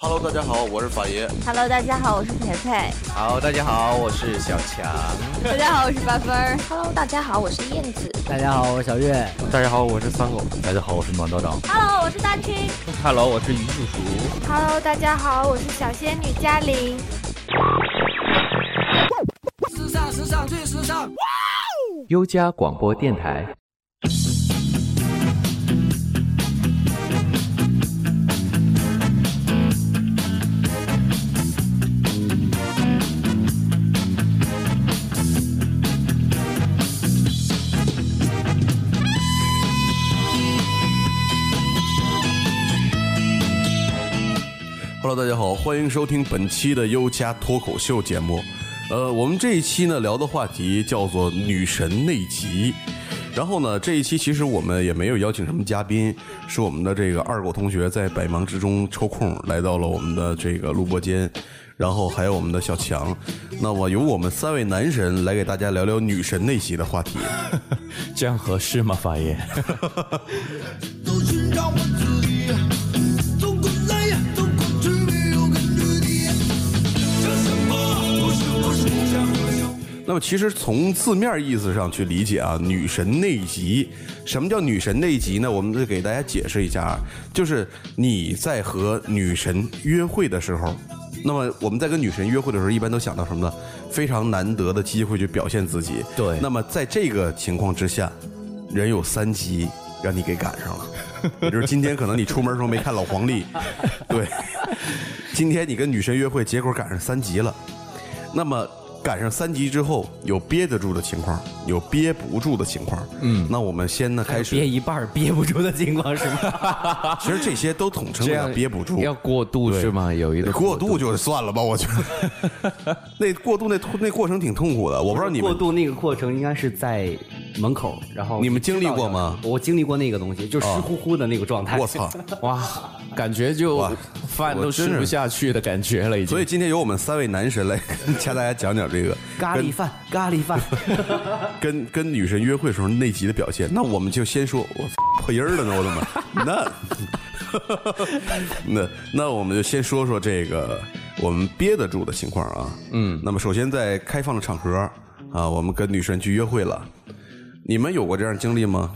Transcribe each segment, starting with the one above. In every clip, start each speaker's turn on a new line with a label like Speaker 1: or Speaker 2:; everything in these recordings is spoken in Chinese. Speaker 1: Hello，大家好，我是法爷。
Speaker 2: Hello，大家好，我是培培。
Speaker 3: 好，大家好，我是小强。
Speaker 2: 大家好，我是八分儿。
Speaker 4: Hello，大家好，我是燕子。
Speaker 5: 大家好，我是小月。
Speaker 6: 大家好，我是三狗。
Speaker 7: 大家好，我是暖道长。
Speaker 8: Hello，我是大青。
Speaker 9: Hello，我是于叔叔。
Speaker 10: Hello，大家好，我是小仙女嘉玲。
Speaker 11: 时尚，时尚，最时尚！哇
Speaker 12: 哦！优家广播电台。
Speaker 1: Hello，大家好，欢迎收听本期的优家脱口秀节目。呃，我们这一期呢聊的话题叫做“女神内急”，然后呢这一期其实我们也没有邀请什么嘉宾，是我们的这个二狗同学在百忙之中抽空来到了我们的这个录播间，然后还有我们的小强，那么由我们三位男神来给大家聊聊女神内急的话题，
Speaker 9: 这样合适吗，法爷？
Speaker 1: 那么，其实从字面意思上去理解啊，女神内急。什么叫女神内急呢？我们给大家解释一下啊，就是你在和女神约会的时候，那么我们在跟女神约会的时候，一般都想到什么呢？非常难得的机会去表现自己。
Speaker 3: 对。
Speaker 1: 那么在这个情况之下，人有三急，让你给赶上了。也就是今天可能你出门时候没看老黄历，对。今天你跟女神约会，结果赶上三级了，那么。赶上三级之后，有憋得住的情况，有憋不住的情况。嗯，那我们先呢开始
Speaker 3: 憋一半憋不住的情况是 吗？
Speaker 1: 其实这些都统称为啊憋不住，
Speaker 9: 要过度是吗？有一个
Speaker 1: 过度就算了吧，我觉得 那过度那那过程挺痛苦的，我不知道你们
Speaker 3: 过度那个过程应该是在门口，然后
Speaker 1: 你们哦经历过吗？
Speaker 3: 我经历过那个东西，就湿乎乎的那个状态。
Speaker 1: 我操，
Speaker 9: 哇，感觉就饭都吃不下去的感觉了已经。
Speaker 1: 所以今天由我们三位男神来 向大家讲讲。这个
Speaker 3: 咖喱饭，咖 喱饭，
Speaker 1: 跟跟女神约会时候内急的表现，那我们就先说，我 破音儿了呢，我的妈！ 那那那我们就先说说这个我们憋得住的情况啊。
Speaker 3: 嗯，
Speaker 1: 那么首先在开放的场合啊，我们跟女神去约会了，你们有过这样的经历吗？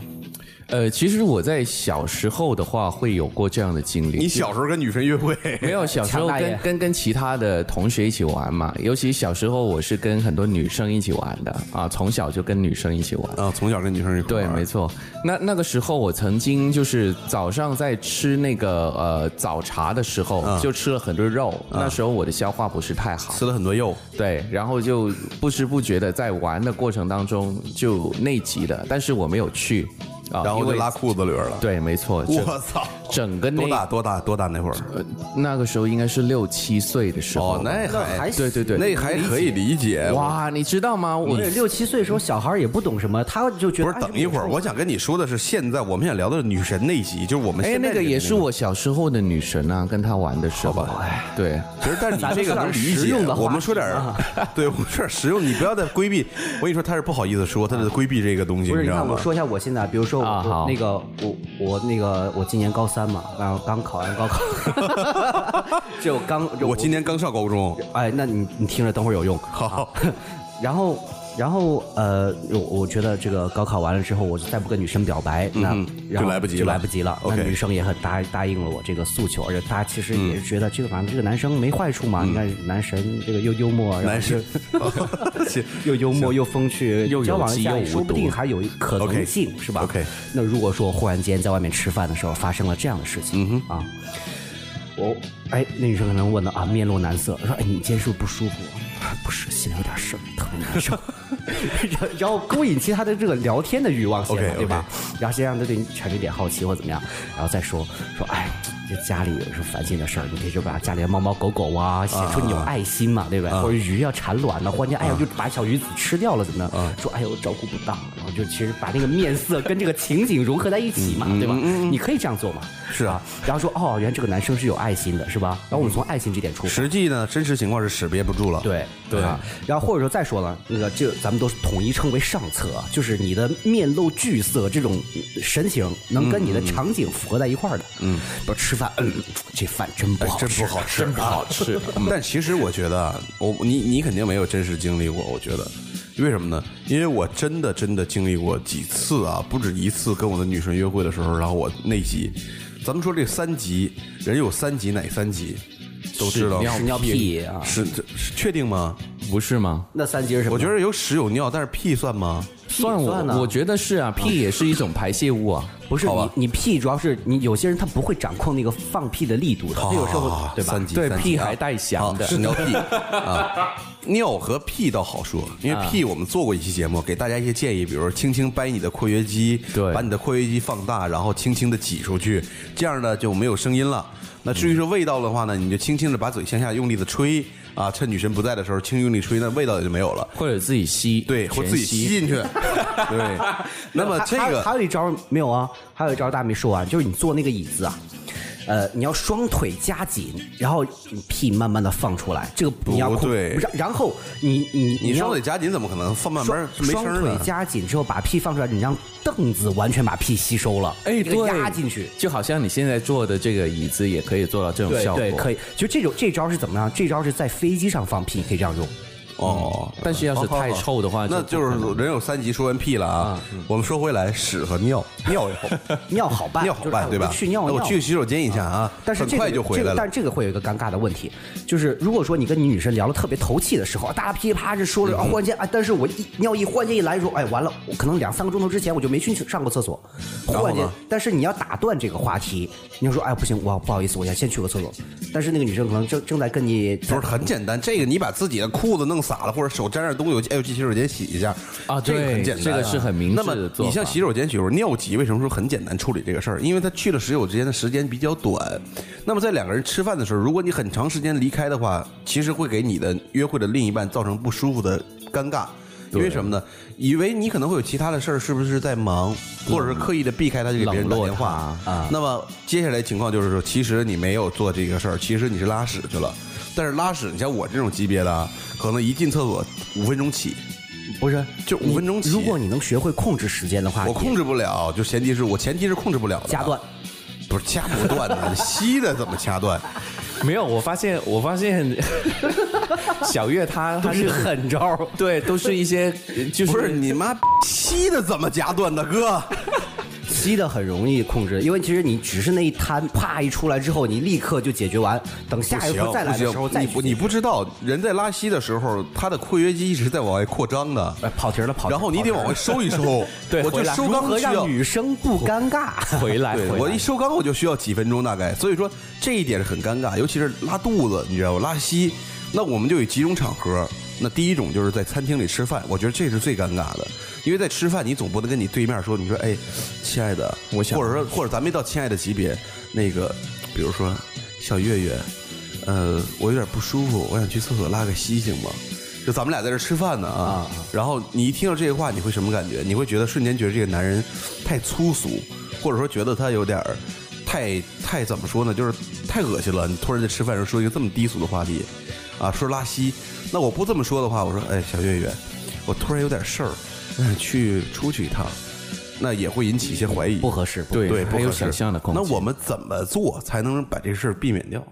Speaker 9: 呃，其实我在小时候的话，会有过这样的经历。
Speaker 1: 你小时候跟女神约会？
Speaker 9: 没有，小时候跟跟跟其他的同学一起玩嘛。尤其小时候，我是跟很多女生一起玩的啊，从小就跟女生一起玩
Speaker 1: 啊，从小跟女生一起
Speaker 9: 玩。对，没错。那那个时候，我曾经就是早上在吃那个呃早茶的时候，
Speaker 1: 嗯
Speaker 9: 啊、就吃了很多肉、啊。那时候我的消化不是太好，
Speaker 1: 吃了很多肉。
Speaker 9: 对，然后就不知不觉的在玩的过程当中就内急了，但是我没有去。啊
Speaker 1: 哦、然后就拉裤子里了。
Speaker 9: 对，没错。
Speaker 1: 我操！
Speaker 9: 整个
Speaker 1: 多大多大多大那会儿、呃？
Speaker 9: 那个时候应该是六七岁的时候。
Speaker 1: 哦，那哎还
Speaker 9: 对对对，
Speaker 1: 那还可以理解。
Speaker 9: 哇，你知道吗？我
Speaker 3: 六七岁的时候，小孩也不懂什么，他就觉得。哎
Speaker 1: 不是，等一会儿，我想跟你说的是，现在我们想聊的女神那一集，就是我们现在。哎，
Speaker 9: 那个也是我小时候的女神啊，跟她玩的时候。哎
Speaker 1: 吧
Speaker 9: 对，
Speaker 1: 其实但是你这个能理解。我们说点， 对，我们说点实用，你不要再规避。我跟你说，他是不好意思说，他是规避这个东西，
Speaker 3: 不是，
Speaker 1: 你
Speaker 3: 看我说一下我现在，比如说我那个我我那个我今年高三。嘛，刚刚考完高考， 就刚
Speaker 1: 我今年刚上高中。
Speaker 3: 哎，那你你听着，等会儿有用。
Speaker 1: 好，
Speaker 3: 然后然后呃，我我觉得这个高考完了之后，我就再不跟女生表白，嗯、
Speaker 1: 那就来不及
Speaker 3: 了，就来不及了。那女生也很答答应了我这个诉求，而且她其实
Speaker 1: 嗯
Speaker 3: 也是觉得这个反正这个男生没坏处嘛，嗯、你看男神这个又幽默，
Speaker 1: 男 神
Speaker 3: 又幽默又风趣，
Speaker 9: 又
Speaker 3: 交往一下说不定还有可能性
Speaker 1: ，okay,
Speaker 3: 是吧
Speaker 1: ？OK，
Speaker 3: 那如果说忽然间在外面吃饭的时候发生了这样的事情，嗯、啊，我哎，那女生可能问了啊，面露难色，说哎，你今天是不是不舒服？ 不是，心里有点事儿，特别难受。 然后勾引起他的这个聊天的欲望先，
Speaker 1: okay,
Speaker 3: 对吧？Okay. 然后先让他对你产生一点好奇或怎么样，然后再说说，哎，这家里有什么烦心的事儿，你可以就把家里的猫猫狗狗啊，写出你有爱心嘛，对吧？啊、或者鱼要产卵了，或者哎呀就把小鱼子吃掉了，怎么的、啊？说哎呦照顾不当，然后就其实把那个面色跟这个情景融合在一起嘛，嗯、对吧、嗯？你可以这样做嘛？
Speaker 1: 是啊。
Speaker 3: 然后说哦，原来这个男生是有爱心的，是吧？然后我们从爱心这点出发。
Speaker 1: 实际呢，真实情况是识别不住了。
Speaker 3: 对。对啊，然后或者说再说了，那个这咱们都是统一称为上策，啊就是你的面露惧色这种神情，能跟你的场景符合在一块儿的。
Speaker 1: 嗯，哎
Speaker 3: 比如吃饭。饭，嗯，这饭真不好吃，
Speaker 1: 真不好吃， 啊真不
Speaker 9: 好吃。
Speaker 1: 但其实我觉得啊，我你你肯定没有真实经历过，我觉得。为什么呢？因为我真的真的经历过几次啊，不止一次跟我的女神约会的时候，然后我那集，咱们说这三级，人有三级哪三级？都知道
Speaker 3: 屎尿屁啊
Speaker 1: 是这是确定吗？
Speaker 9: 不是吗？
Speaker 3: 那三级是什么？
Speaker 1: 我觉得有屎有尿，但是屁算吗？
Speaker 9: 算我，
Speaker 3: 算啊
Speaker 9: 我觉得是啊，屁也是一种排泄物啊。
Speaker 3: 不是
Speaker 1: 好
Speaker 3: 你
Speaker 1: 吧，
Speaker 3: 你屁主要是你有些人他不会掌控那个放屁的力度的，他有时候对吧
Speaker 1: 三？级
Speaker 9: 对
Speaker 1: 三级
Speaker 9: 屁
Speaker 1: 啊
Speaker 9: 还带翔的
Speaker 1: 啊屎尿 屁啊，尿和屁倒好说，因
Speaker 3: 啊
Speaker 1: 为屁我们做过一期节目，给大家一些建议，比如说轻轻掰你的括约肌，
Speaker 9: 对
Speaker 1: 把你的括约肌放大，然后轻轻的挤出去，这样呢就没有声音了。那至于说味道的话呢，你就轻轻的把嘴向下用力的吹啊，趁女神不在的时候轻用力吹，那味道也就没有了。
Speaker 9: 或者自己吸，
Speaker 1: 对，或
Speaker 9: 全
Speaker 1: 自己吸进去。 对，那么
Speaker 3: 还
Speaker 1: 这
Speaker 3: 还有
Speaker 1: 个
Speaker 3: 还有一招没有啊？还有一招大家没说完，就是你坐那个椅子啊。呃，你要双腿夹紧，然后你屁慢慢的放出来，这个你要控
Speaker 1: 不对
Speaker 3: 然然后你你
Speaker 1: 你
Speaker 3: 要
Speaker 1: 双腿夹紧怎么可能放慢慢儿
Speaker 3: 双
Speaker 1: 没声
Speaker 3: 双
Speaker 1: 儿
Speaker 3: 腿
Speaker 1: 呢？
Speaker 3: 夹紧之后把屁放出来，你让凳子完全把屁吸收了，
Speaker 9: 哎，
Speaker 3: 给它
Speaker 9: 对，
Speaker 3: 压进去，
Speaker 9: 就好像你现在坐的这个椅子也可以做到这种
Speaker 3: 对
Speaker 9: 效果，
Speaker 3: 对，可以。就这种这招是怎么样？这招是在飞机上放屁，可以这样用。
Speaker 1: 哦，
Speaker 9: 但是要是
Speaker 1: 好好
Speaker 9: 太
Speaker 1: 好
Speaker 9: 臭的话，
Speaker 1: 那就
Speaker 9: 就
Speaker 1: 是人有三急，说完屁了啊。
Speaker 9: 嗯
Speaker 1: 我们说回来，屎和 尿，尿也好，
Speaker 3: 尿好办，
Speaker 1: 尿好
Speaker 3: 就是
Speaker 1: 办
Speaker 3: 我
Speaker 1: 对吧？
Speaker 3: 去尿
Speaker 1: 那我
Speaker 3: 尿，
Speaker 1: 去洗手间一下啊，
Speaker 3: 但是
Speaker 1: 很
Speaker 3: 这
Speaker 1: 快
Speaker 3: 个
Speaker 1: 就回
Speaker 3: 这
Speaker 1: 来
Speaker 3: 个
Speaker 1: 了
Speaker 3: 但。这个会有一个尴尬的问题，就是如果说你跟你女神聊得特别投契的时候，啊大家噼里啪啦这说了，
Speaker 1: 嗯
Speaker 3: 啊忽然间啊，但是我一尿意忽然间一来说，哎，完了，我可能两三个钟头之前我就没去上过厕所，忽然
Speaker 1: 然后
Speaker 3: 间
Speaker 1: 呢，
Speaker 3: 但是你要打断这个话题，你要说，哎，不行，我不好意思，我先先去个厕所，但是那个女生可能正正在跟你
Speaker 1: 不是很简单，这个你把自己的裤子弄洒了，或者手沾点东西，哎，我去洗手间洗一下
Speaker 9: 啊
Speaker 1: 这个
Speaker 9: 对
Speaker 1: 很简单，
Speaker 9: 这个是很明智
Speaker 1: 那
Speaker 9: 的
Speaker 1: 么
Speaker 9: 做
Speaker 1: 你像
Speaker 9: 法
Speaker 1: 洗手间，比如尿急，为什么说很简单处理这个事儿？因为他去了洗手间的时间比较短。那么在两个人吃饭的时候，如果你很长时间离开的话，其实会给你的约会的另一半造成不舒服的尴尬。因为什么呢？以为你可能会有其他的事儿，是不是在忙，或者是刻意的避开他，就给别人打
Speaker 9: 嗯冷落
Speaker 1: 电话
Speaker 9: 他啊
Speaker 1: 那么接下来情况就是说，其实你没有做这个事儿，其实你是拉屎去了。但是拉屎，你像我这种级别的，啊，可能一进厕所五分钟起，
Speaker 3: 不是
Speaker 1: 就五分钟起
Speaker 3: 如果你能学会控制时间的
Speaker 9: 哎
Speaker 3: 话，
Speaker 1: 我控制
Speaker 3: 制
Speaker 1: 不了，就前提是我前提是控制不了的。啊
Speaker 3: 夹断，
Speaker 1: 不是掐不断 的，吸的怎么掐断？
Speaker 9: 没有。我发现，我发现 小月她她是
Speaker 3: 狠招。
Speaker 9: 对，都是 一些呃就
Speaker 1: 不是你妈吸的怎么夹断的哥？
Speaker 3: 吸的很容易控制，因为其实你只是那一摊，啪一出来之后，你立刻就解决完，等下一
Speaker 1: 不
Speaker 3: 回
Speaker 1: 行
Speaker 3: 哎再来的时
Speaker 1: 不
Speaker 3: 候
Speaker 1: 行
Speaker 3: 再
Speaker 1: 你
Speaker 3: 去
Speaker 1: 不你不知道，人在拉稀的时候，他的括约肌一直在往外扩张的。
Speaker 3: 哎跑题儿了跑题儿
Speaker 1: 然后你得往外收一收，
Speaker 9: 对
Speaker 1: 我就
Speaker 9: 回来
Speaker 1: 收
Speaker 3: 如
Speaker 1: 刚
Speaker 3: 何
Speaker 1: 需要
Speaker 3: 让女生不尴尬？
Speaker 9: 回来
Speaker 1: 对，
Speaker 9: 回来
Speaker 1: 我一收缸我就需要几分钟大概，所以说这一点是很尴尬，尤其是拉肚子，你知道吧？拉稀，那我们就有几种场合。那第一种就是在餐厅里吃饭，我觉得这是最尴尬的，因为在吃饭你总不能跟你对面说，你说哎，亲爱的，
Speaker 9: 我想
Speaker 1: 或者说或者咱没到亲爱的级别，那个比如说小月月，呃，我有点不舒服，我想去厕所拉个稀行吗？就咱们俩在这吃饭呢啊，然后你一听到这个话，你会什么感觉？你会觉得瞬间觉得这个男人太粗俗，或者说觉得他有点儿太太怎么说呢？就是太恶心了。你突然在吃饭时候说一个这么低俗的话题，啊，说拉稀。那我不这么说的话，我说，哎，小月月，我突然有点事儿，我想去出去一趟，那也会引起一些怀疑，
Speaker 3: 不合适，不
Speaker 9: 对
Speaker 1: 对，不
Speaker 9: 还有
Speaker 1: 合适
Speaker 9: 想象的空间
Speaker 1: 那我们怎么做才能把这事儿避免掉？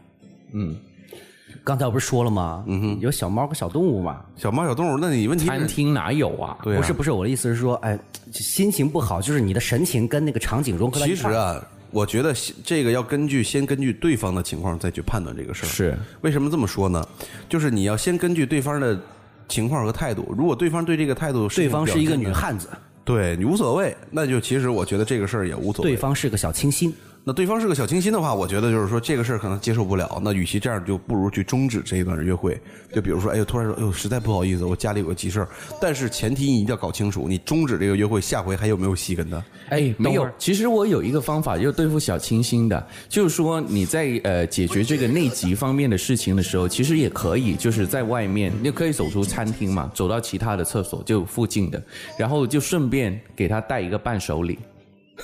Speaker 3: 刚才我不是说了吗？有小猫和小动物嘛。
Speaker 1: 小猫小动物，那你问题
Speaker 9: 餐厅哪有啊？
Speaker 1: 对啊
Speaker 3: 不是不是，我的意思是说，哎，心情不好，就是你的神情跟那个场景融合在
Speaker 1: 其
Speaker 3: 一
Speaker 1: 实
Speaker 3: 块儿。
Speaker 1: 啊，我觉得先这个要根据先根据对方的情况再去判断这个事儿。
Speaker 9: 是
Speaker 1: 为什么这么说呢？就是你要先根据对方的情况和态度，如果对方对这个态度，
Speaker 3: 对方是一个女，汉子，
Speaker 1: 对你无所谓，那就其实我觉得这个事儿也无所谓。
Speaker 3: 对方是个小清 新，
Speaker 1: 那对方是个小清新的话，我觉得就是说这个事儿可能接受不了。那与其这样，就不如去终止这一段约会。就比如说，哎呦，突然说，哎呦，实在不好意思，我家里有个急事儿。但是前提你一定要搞清楚，你终止这个约会，下回还有没有戏跟他？
Speaker 9: 哎，没有。其实我有一个方法，就是对付小清新的，就是说你在呃解决这个内急方面的事情的时候，其实也可以，就是在外面，你可以走出餐厅嘛，走到其他的厕所就附近的，然后就顺便给他带一个伴手 礼。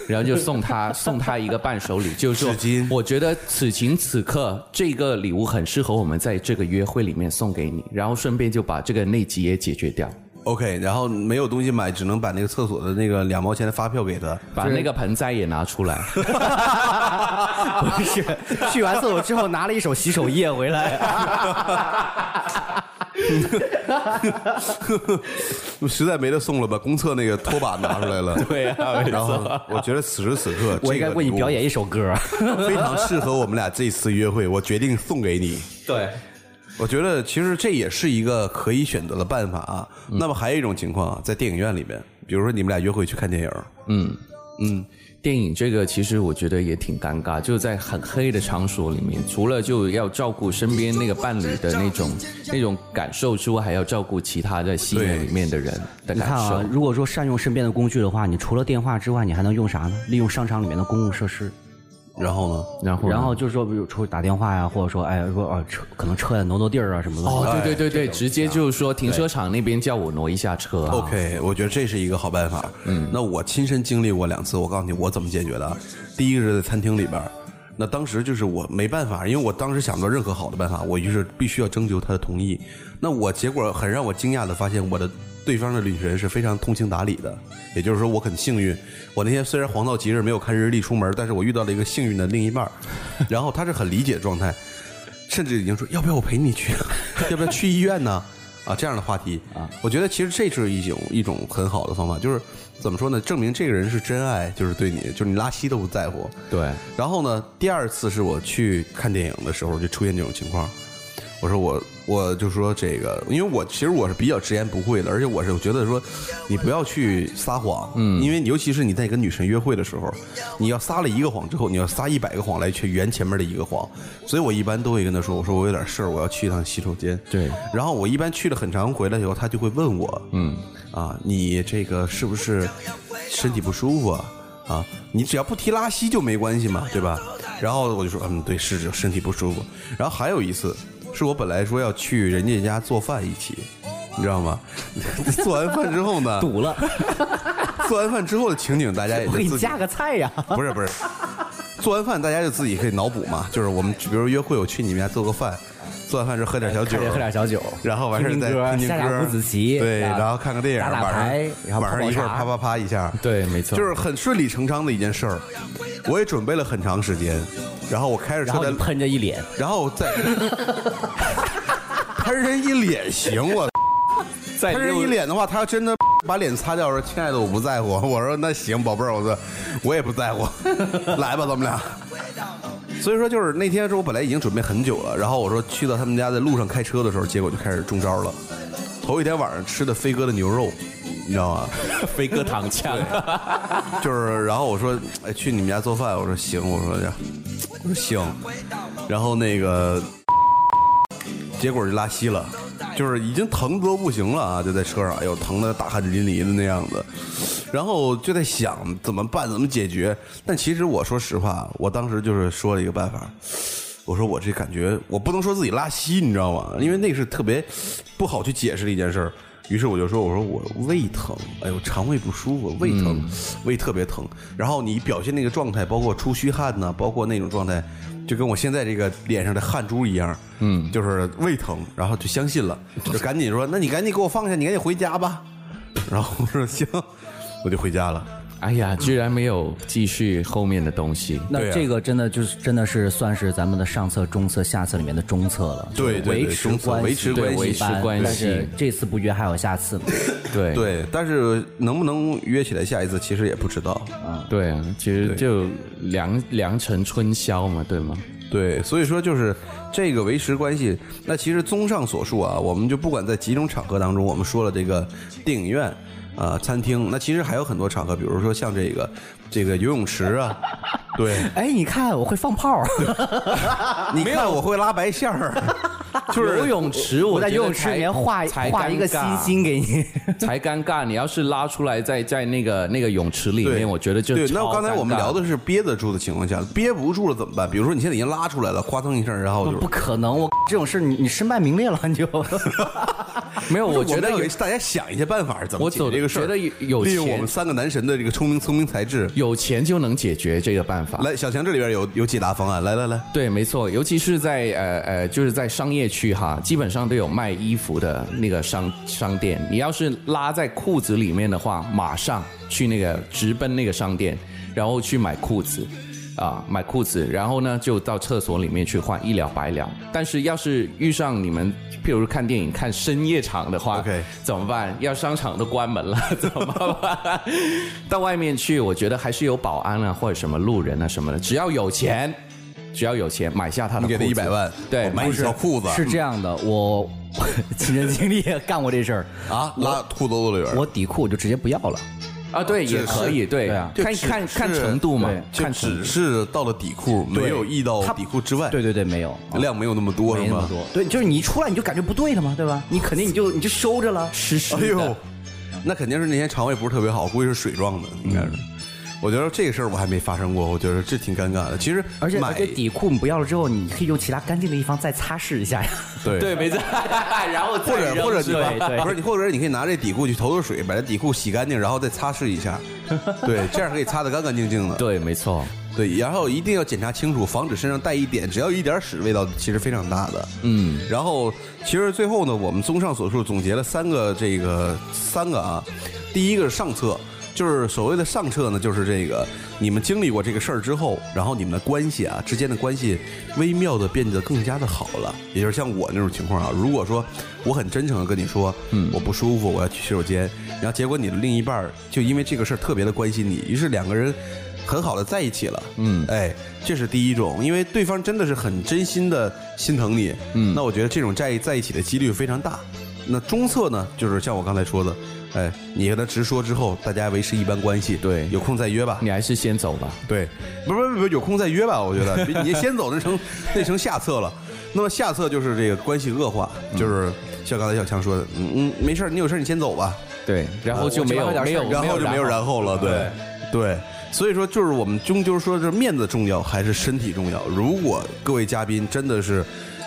Speaker 9: 然后就送他送他一个伴手礼，就是说
Speaker 1: 纸巾，
Speaker 9: 我觉得此情此刻这个礼物很适合我们在这个约会里面送给你，然后顺便就把这个内急也解决掉。
Speaker 1: OK，然后没有东西买，只能把那个厕所的那个两毛钱的发票给他。
Speaker 9: 把那个盆栽也拿出来。
Speaker 3: 不是，去完厕所之后拿了一手洗手液回 来。
Speaker 1: 实在没得送了，把公厕那个拖把拿出来 了。
Speaker 9: 对啊没错
Speaker 1: 然后我觉得此时此刻，
Speaker 3: 我应该为你表演一首歌。
Speaker 1: 这 个礼物非常适合我们俩这次约会，我决定送给你。
Speaker 9: 对，
Speaker 1: 我觉得其实这也是一个可以选择的办法啊。那么还有一种情况啊，在电影院里面，比如说你们俩约会去看电影，
Speaker 9: 电影这个其实我觉得也挺尴尬，就是在很黑的场所里面，除了就要照顾身边那个伴侣的那种那种感受之外，还要照顾其他在戏院里面的人的
Speaker 3: 你
Speaker 9: 感
Speaker 3: 看
Speaker 9: 受
Speaker 3: 啊。，如果说善用身边的工具的话，你除了电话之外，你还能用啥呢？利用商场里面的公共设施，
Speaker 1: 然后呢，
Speaker 9: 然后呢，
Speaker 3: 然后就是说，比如出去打电话呀，或者说，哎，说啊，车可能车呀挪挪地儿啊什么的。
Speaker 9: 哦，对对对对，直接就是说停车场那边叫我挪一下车啊。
Speaker 1: OK，我觉得这是一个好办法。嗯，那我亲身经历过两次，我告诉你我怎么解决的啊。第一个是在餐厅里边儿，那当时就是我没办法，因为我当时想不到任何好的办法，我于是必须要征求他的同意。那我结果很让我惊讶的发现，我的对方的女神是非常通情达理的，也就是说我很幸运。我那天虽然黄道吉日没有看日历出门，但是我遇到了一个幸运的另一半儿，然后他是很理解的状态。甚至已经说要不要我陪你去， 要不要去医院呢？啊，这样的话题啊，我觉得其实这是一种一种很好的方法，就是怎么说呢？证明这个人是真爱，就是对你，就是你拉稀都不在乎。
Speaker 9: 对，
Speaker 1: 然后呢，第二次是我去看电影的时候就出现这种情况，我说我我就说这个，因为我其实我是比较直言不讳的，而且我是觉得说你不要去撒谎，嗯，因为尤其是你在跟女神约会的时候，你要撒了一个谎之后，你要撒一百个谎来去圆前面的一个谎，所以我一般都会跟她说，我说我有点事儿，我要去一趟洗手间，
Speaker 9: 对，
Speaker 1: 然后我一般去了很长回来以后，她就会问我，嗯，啊，你这个是不是身体不舒服啊？啊，你只要不提拉稀就没关系嘛，对吧？然后我就说，嗯，对，是身体不舒服。然后还有一次，是我本来说要去人家家做饭一起，你知道吗？ 做完饭之后呢，
Speaker 3: 堵了，
Speaker 1: 做完饭之后的情景，大家也
Speaker 3: 我
Speaker 1: 就
Speaker 3: 给你
Speaker 1: 自己
Speaker 3: 加个菜呀。
Speaker 1: 不是不 是，做完饭大家就自己可以脑补嘛，就是我们比如约会，我去你们家做个饭，做完饭之后喝点小 酒，
Speaker 3: 开始喝点小酒，
Speaker 1: 然后完事儿
Speaker 3: 听听
Speaker 1: 再
Speaker 3: 歌
Speaker 1: 听听
Speaker 3: 下
Speaker 1: 歌，
Speaker 3: 下五子棋，
Speaker 1: 对，然后看个电影，
Speaker 3: 打打
Speaker 1: 晚
Speaker 3: 牌，然
Speaker 1: 上
Speaker 3: 后
Speaker 1: 晚上
Speaker 3: 泡泡
Speaker 1: 一会儿
Speaker 3: 茶
Speaker 1: 啪啪啪一下，
Speaker 9: 对，没错，
Speaker 1: 就是很顺理成章的一件事儿。我也准备了很长时间，然后我开着
Speaker 3: 然
Speaker 1: 车
Speaker 3: 后
Speaker 1: 在
Speaker 3: 你，喷着一脸，
Speaker 1: 然后在，他人一脸行我，
Speaker 9: 在
Speaker 1: 他人一脸的话，他要真的把脸擦掉说：“亲爱的，我不在乎。” 我说：“那行，宝贝儿，我说我也不在乎， 来吧，咱们俩。”所以说，就是那天是我本来已经准备很久了，然后我说去到他们家，在路上开车的时候，结果就开始中招了。头一天晚上吃的飞哥的牛肉，你知道吗？
Speaker 9: 飞哥躺枪，
Speaker 1: 就是，然后我说，哎，去你们家做饭，我说行，我说呀，我说行，然后那个，结果就拉稀了，就是已经疼得都不行了啊，就在车上，哎呦，疼的大汗淋漓的那样子，然后就在想怎么办，怎么解决。但其实我说实话，我当时就是说了一个办法，我说我这感觉，我不能说自己拉稀，你知道吗？因为那是特别不好去解释的一件事儿。于是我就说，我说我胃疼，哎呦，肠胃不舒服，胃疼，胃特别疼。然后你表现那个状态，包括出虚汗呐、包括那种状态，就跟我现在这个脸上的汗珠一样，嗯，就是胃疼，然后就相信了，就赶紧说，那你赶紧给我放下，你赶紧回家吧。然后我说行，我就回家了。
Speaker 9: 哎呀，居然没有继续后面的东西。
Speaker 1: 对
Speaker 3: 那
Speaker 1: 啊
Speaker 3: 这个真的就是真的是算是咱们的上策、中策、下策里面的中策了，就是
Speaker 1: 对对对
Speaker 3: 维持
Speaker 1: 中策
Speaker 3: 关系，
Speaker 1: 维持
Speaker 9: 关系
Speaker 3: 一般
Speaker 9: 维持关系
Speaker 3: 但是这次不约还有下次呢，
Speaker 9: 对
Speaker 1: 对，但是能不能约起来下一次，其实也不知道。
Speaker 9: 对啊，其实就良良辰春宵嘛，对吗？
Speaker 1: 对，所以说就是这个维持关系。那其实综上所述啊，我们就不管在几种场合当中，我们说了这个电影院。啊，餐厅那其实还有很多场合，比如说像这个这个游泳池 啊，对，
Speaker 3: 哎，你看我会放炮，
Speaker 9: 啊
Speaker 1: 你看我会拉白线儿，就是
Speaker 9: 游泳池，
Speaker 3: 我在
Speaker 9: 觉得
Speaker 3: 游泳池里面
Speaker 9: 才
Speaker 3: 画
Speaker 9: 才
Speaker 3: 画一个
Speaker 9: 尴
Speaker 3: 心心
Speaker 9: 尬
Speaker 3: 给 你。
Speaker 9: 才尴尬。你要是拉出来在在那个那个泳池里
Speaker 1: 对，
Speaker 9: 面，我觉得 就
Speaker 1: 对。
Speaker 9: 超
Speaker 1: 那刚才
Speaker 9: 尴
Speaker 1: 我们
Speaker 9: 尬
Speaker 1: 聊的是憋得住的情况下，憋不住了怎么办？比如说你现在已经拉出来了，哗腾一声，然后就是
Speaker 3: 不可能，我这种事你你身败名裂了 你就。
Speaker 9: 没有，
Speaker 1: 不是
Speaker 9: 我觉得
Speaker 1: 们要
Speaker 9: 有
Speaker 1: 给大家想一些办法，怎么
Speaker 9: 我
Speaker 1: 解决
Speaker 9: 走
Speaker 1: 这个事儿。
Speaker 9: 觉得有有
Speaker 1: 利用
Speaker 9: 钱
Speaker 1: 我们三个男神的这个聪明聪明才智，
Speaker 9: 有钱就能解决这个办法。
Speaker 1: 来，小强这里边有有解答方案，来来来，
Speaker 9: 对，没错，尤其是在呃呃，就是在商业夜区哈，基本上都有卖衣服的那个商商店。你要是拉在裤子里面的话，马上去那个直奔那个商店，然后去买裤子。啊，买裤子，然后呢就到厕所里面去换，一了百了。但是要是遇上你们，譬如看电影看深夜场的话
Speaker 1: OK
Speaker 9: 怎么办？要商场都关门了， 怎么办？到外面去，我觉得还是有保安啊，或者什么路人啊什么的，只要有钱，只要有钱，买下他的
Speaker 1: 你
Speaker 9: 裤
Speaker 1: 给
Speaker 9: 子。
Speaker 1: 他一百万，
Speaker 9: 对，
Speaker 1: 我买
Speaker 9: 不
Speaker 1: 你
Speaker 9: 是
Speaker 1: 条裤子
Speaker 3: 是这样的，我 亲身经历也干过这事 儿，
Speaker 1: 啊，拉裤兜子里边儿，
Speaker 3: 我底裤我就直接不要了，
Speaker 9: 啊，对，也可以，对，
Speaker 3: 对啊
Speaker 9: 看
Speaker 1: 就只
Speaker 9: 看看
Speaker 1: 是
Speaker 9: 程度嘛
Speaker 3: 对，
Speaker 1: 就
Speaker 9: 看程度
Speaker 1: 只是到了底裤，没有溢到底裤之外，
Speaker 3: 对对对，没有，
Speaker 1: 量没有那么多，
Speaker 3: 没
Speaker 1: 是
Speaker 3: 那么
Speaker 1: 吗？
Speaker 3: 多，对，就是你一出来你就感觉不对了嘛，对吧？你肯定你就你就收着了，
Speaker 9: 湿湿
Speaker 1: 哎
Speaker 9: 的
Speaker 1: 呦，，那肯定是那天肠胃不是特别好，估计是水状的，应该是。
Speaker 3: 嗯
Speaker 1: 我觉得这个事儿我还没发生过，我觉得这挺尴尬的。其实
Speaker 3: 而且
Speaker 1: 买
Speaker 3: 而且底裤你不要了之后，你可以用其他干净的地方再擦拭一下呀。
Speaker 1: 对
Speaker 9: 对，没错， 然后
Speaker 1: 或者或者你
Speaker 3: 对对
Speaker 1: 把不是你，或者是你可以拿这底裤去投投水，把这底裤洗干净，然后再擦拭一下，对，这样可以擦得干干净净的。
Speaker 9: 对，没错，
Speaker 1: 对，然后一定要检查清楚，防止身上带一点，只要一点屎，味道其实非常大的。
Speaker 9: 嗯。
Speaker 1: 然后，其实最后呢，我们综上所述总结了三个这个三个啊，第一个是上策，就是所谓的上策呢，就是这个你们经历过这个事儿之后，然后你们的关系啊之间的关系微妙的变得更加的好了。也就是像我那种情况啊，如果说我很真诚的跟你说，嗯，我不舒服，我要去洗手间，然后结果你的另一半儿就因为这个事儿特别的关心你，于是两个人。很好的在一起了，嗯，哎，这是第一种，因为对方真的是很真心的心疼你，嗯，那我觉得这种在在一起的几率非常大。那中策呢，就是像我刚才说的，哎，你跟他直说之后，大家维持一般关系，
Speaker 9: 对
Speaker 1: 有空再约吧
Speaker 9: 你。还是先走吧。
Speaker 1: 对，不不不，有空再约吧。我觉 得你先走那成那成下策了。那么下策就是这个关系恶化，就是像刚才小强说的，嗯嗯，没事儿，你有事儿你先走吧。
Speaker 9: 对，然后就没有没有，
Speaker 1: 然后就没有然后了，对对。所以说，就是我们终究说，这面子重要还是身体重要？如果各位嘉宾真的是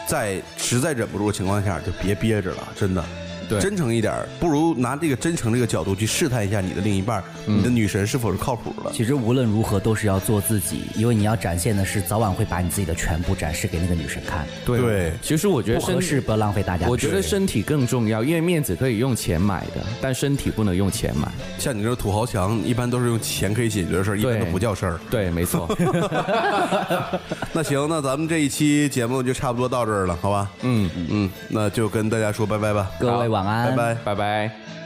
Speaker 1: 在实在忍不住的情况下，就别憋着了，真的。
Speaker 9: 对
Speaker 1: 真诚一点儿，不如拿这个真诚这个角度去试探一下你的另一半儿，你的女神是否是靠谱的。
Speaker 3: 其实无论如何都是要做自己，因为你要展现的是早晚会把你自己的全部展示给那个女生看，
Speaker 9: 对
Speaker 1: 对
Speaker 9: 其实我觉得
Speaker 3: 不合
Speaker 9: 身
Speaker 3: 适不要浪费大家的时间。
Speaker 9: 我觉得身体更重要，因为面子可以用钱买的，但身体不能用钱买。
Speaker 1: 像你这种土豪强，一般都是用钱可以解决的事儿，一般都
Speaker 9: 对
Speaker 1: 不叫事儿。
Speaker 9: 对，没错。
Speaker 1: 那行，那咱们这一期节目就差不多到这儿了，好吧？嗯嗯，那就跟大家说拜拜吧，
Speaker 3: 各位晚安
Speaker 1: 拜拜。
Speaker 9: 拜拜。